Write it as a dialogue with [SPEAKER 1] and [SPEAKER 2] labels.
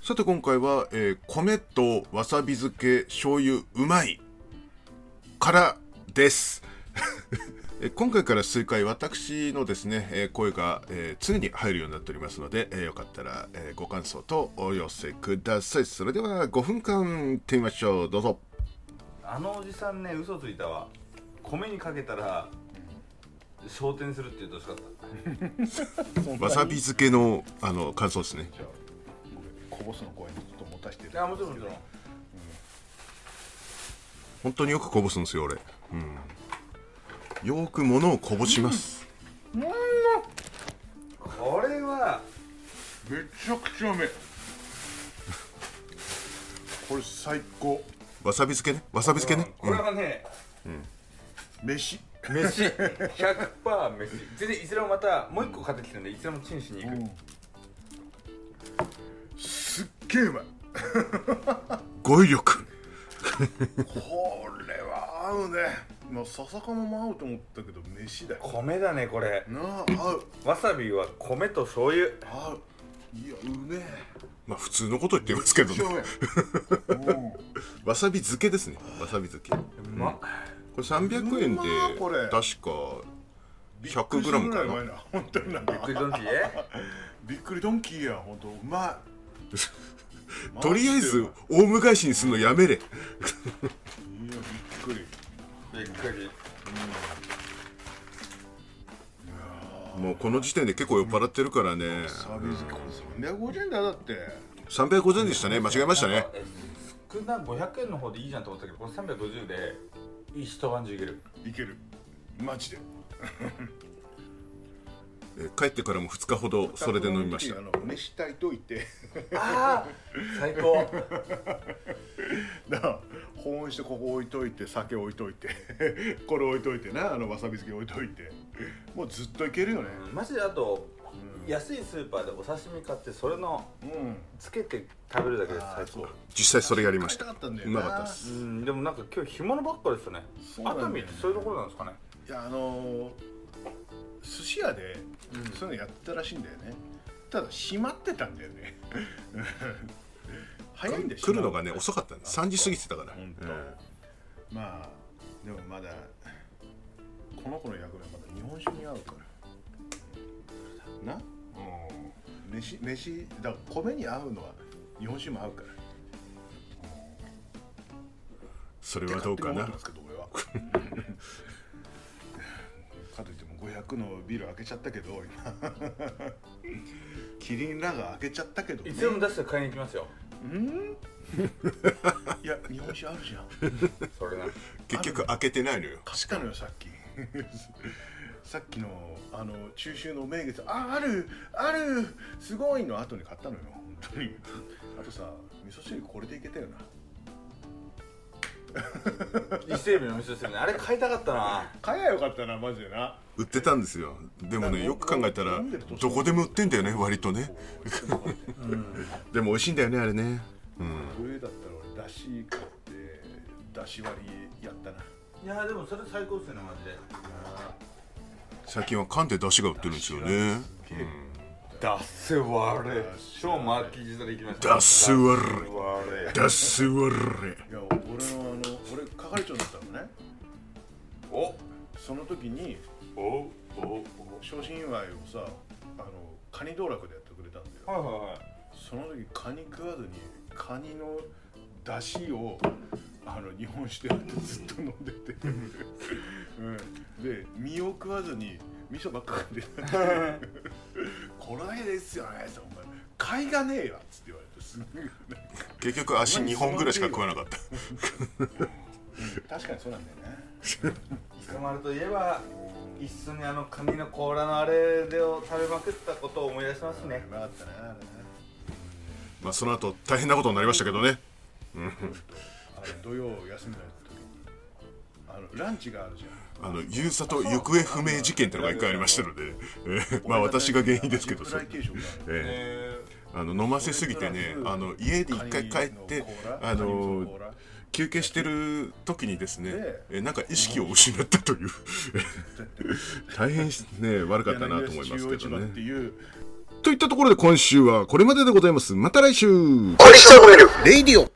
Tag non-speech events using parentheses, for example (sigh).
[SPEAKER 1] さて今回は、えー米とわさび漬け醤油うまいからです。 (laughs) え今回から数回私のですね、えー声が、えー常に入るようになっておりますので、えーよかったら、えーご感想とお寄せください。それでは5分間行ってみましょう。どうぞ。
[SPEAKER 2] あのおじさんね嘘ついたわ米にかけたら昇天するって言ってほしかった
[SPEAKER 1] わさび漬けのあの感想ですね。
[SPEAKER 3] じゃあこぼすの声にちょっと持たせてい
[SPEAKER 2] いやもちろんもちろん
[SPEAKER 1] 本当によくこぼすんですよ俺。うん、よく物をこぼします。
[SPEAKER 2] これは
[SPEAKER 3] めちゃくちゃう (laughs) めえこれ最高
[SPEAKER 1] わさび漬けね。わさび漬けね。
[SPEAKER 2] これはね、
[SPEAKER 3] 飯
[SPEAKER 2] 飯100%飯全然いずれもまたもう一個買ってきてるんでいずれもチンしに行く、
[SPEAKER 3] すっげえうまい
[SPEAKER 1] 語彙力。
[SPEAKER 3] これは合うねまあ笹かまも合うと思ったけど飯だよ
[SPEAKER 2] 米だねこれ
[SPEAKER 3] なあ合う
[SPEAKER 2] わさびは米と醤油
[SPEAKER 3] 合ういやうめえ
[SPEAKER 1] まあ普通のこと言ってますけど
[SPEAKER 3] めっちゃう
[SPEAKER 1] ね。
[SPEAKER 3] めえ (laughs) うん
[SPEAKER 1] わさび漬けですね。わさび漬け。こ
[SPEAKER 2] うまっ
[SPEAKER 1] れ300円で
[SPEAKER 3] うまーこれ
[SPEAKER 1] 確か
[SPEAKER 3] びっくりするぐらいうまい
[SPEAKER 1] 100g
[SPEAKER 3] な本当になんか
[SPEAKER 2] びっくりドンキー
[SPEAKER 3] びっくりドンキーや本当うま (laughs) い
[SPEAKER 1] とりあえ
[SPEAKER 3] マジで
[SPEAKER 1] ず
[SPEAKER 3] うまい
[SPEAKER 1] オウム返しにするのやめれ。
[SPEAKER 3] いやびっくり
[SPEAKER 2] びっくり
[SPEAKER 1] もうこの時点で結構酔っ払ってるからね。
[SPEAKER 3] サービスこれ350円だよだって
[SPEAKER 1] 350円でしたね。間違えましたね。
[SPEAKER 2] え少ない500円の方でいいじゃんと思ったけどこれ350でいい一晩中いける
[SPEAKER 3] いけるマジで
[SPEAKER 1] えー帰ってからも2日ほどそれで飲みました
[SPEAKER 3] あ。の飯炊いといて (laughs)
[SPEAKER 2] ああ最高
[SPEAKER 3] なあ保温してここ置いといて酒置いといて (laughs) これ置いといてなあのわさび漬け置いといてもうずっといけるよね
[SPEAKER 2] マジであと、安いスーパーでお刺身買ってそれの
[SPEAKER 3] うん
[SPEAKER 2] つけて食べるだけで
[SPEAKER 3] あー
[SPEAKER 2] 最
[SPEAKER 3] そう
[SPEAKER 2] 高
[SPEAKER 1] 実際それやりました。
[SPEAKER 3] 買いたかったんだ
[SPEAKER 1] う
[SPEAKER 3] よな
[SPEAKER 1] まかったです。
[SPEAKER 2] うんでもなんか今日干物ばっかりですよね
[SPEAKER 3] そうなん
[SPEAKER 2] 熱
[SPEAKER 3] だよね
[SPEAKER 2] 海ってそういうところなんですかね
[SPEAKER 3] いやあのー寿司屋でそういうのやってたらしいんだよね、ただ閉まってたんだよね (laughs) 早いんでしょ
[SPEAKER 1] 来るのがね遅かったんです3時過ぎてたから、
[SPEAKER 3] 本
[SPEAKER 1] う
[SPEAKER 3] 当
[SPEAKER 1] ん
[SPEAKER 3] まあでもまだこの子の役目はまだ日本酒に合うからなうん飯飯だから米に合うのは日本酒も合うから
[SPEAKER 1] それはどうか
[SPEAKER 3] って勝手に思っ
[SPEAKER 1] な
[SPEAKER 3] てますけど俺は (laughs) かといっても500のビール開けちゃったけど今キリンラガー開けちゃったけど、ね、
[SPEAKER 2] いつでも出して買いに行きますよ
[SPEAKER 3] うんいや日本酒あるじゃん
[SPEAKER 2] それな
[SPEAKER 1] 結局開けてないのよ
[SPEAKER 3] 買ったのよさっき (laughs) さっきのあの中秋の名月ああるあるすごいの後に買ったのよ本当にあとさ味噌汁これでいけたよな
[SPEAKER 2] 伊勢海老の味噌汁ねあれ買いたかったな
[SPEAKER 3] 買えばよかったなマジでな
[SPEAKER 1] 売ってたんですよでもねよく考えたら
[SPEAKER 3] 飲んでると
[SPEAKER 1] どこでも売ってんだよね割とねでも美味しいんだよねあれねうん
[SPEAKER 3] 冬だったら俺だし買ってだし割りやったない
[SPEAKER 2] やでもそれ最高っすよねマジで
[SPEAKER 1] 最近は缶で出汁が売ってるんですよね
[SPEAKER 3] すげえ
[SPEAKER 2] 出せ割れ
[SPEAKER 3] 出せ
[SPEAKER 2] 超
[SPEAKER 3] 割れ
[SPEAKER 2] マーキー時代で行きました
[SPEAKER 1] 出せ割れ
[SPEAKER 2] 割れ
[SPEAKER 1] 出すわれ
[SPEAKER 3] いや俺のあの俺係長だったのね
[SPEAKER 2] お
[SPEAKER 3] その時に
[SPEAKER 2] おお
[SPEAKER 3] 昇進祝いをさあのカニ道楽でやってくれたんだよ
[SPEAKER 2] おはいはいはい
[SPEAKER 3] その時カニ食わずにカニの出汁をあの日本酒でやってずっと飲んでて、うん、で身を食わずに味噌ばっかりでこれだけですよね」ってお前買いがねえよ」っつって言われてすごいよね
[SPEAKER 1] 結局足2本ぐらいしか食わなかった
[SPEAKER 3] 確かにそうなんだよね
[SPEAKER 2] 伊勢丸といえば一緒にあのカニの甲羅のあれでを食べまくったことを思い出しますね
[SPEAKER 3] うまかったなあれね
[SPEAKER 1] (laughs) まあその後大変なことになりましたけどね
[SPEAKER 3] あの土曜休みの時にあのランチがあるじゃん
[SPEAKER 1] あのゆうさと行方不明事件ってのが一回ありましたので、えーまあ私が原因ですけど
[SPEAKER 3] ジ
[SPEAKER 1] そ
[SPEAKER 3] ッ
[SPEAKER 1] れ
[SPEAKER 3] プライ定食がある
[SPEAKER 1] ええ
[SPEAKER 2] え
[SPEAKER 1] あの飲ませすぎてねあの家で一回帰ってあの休憩してる時にですね
[SPEAKER 3] で
[SPEAKER 1] えなんか意識を失ったという (laughs) 大変ね悪かったなと思いますけど
[SPEAKER 3] っ
[SPEAKER 1] ね
[SPEAKER 3] て。いう
[SPEAKER 1] とといったところで今週はこれまででございます。また来週
[SPEAKER 4] クリスタルメルレイディオ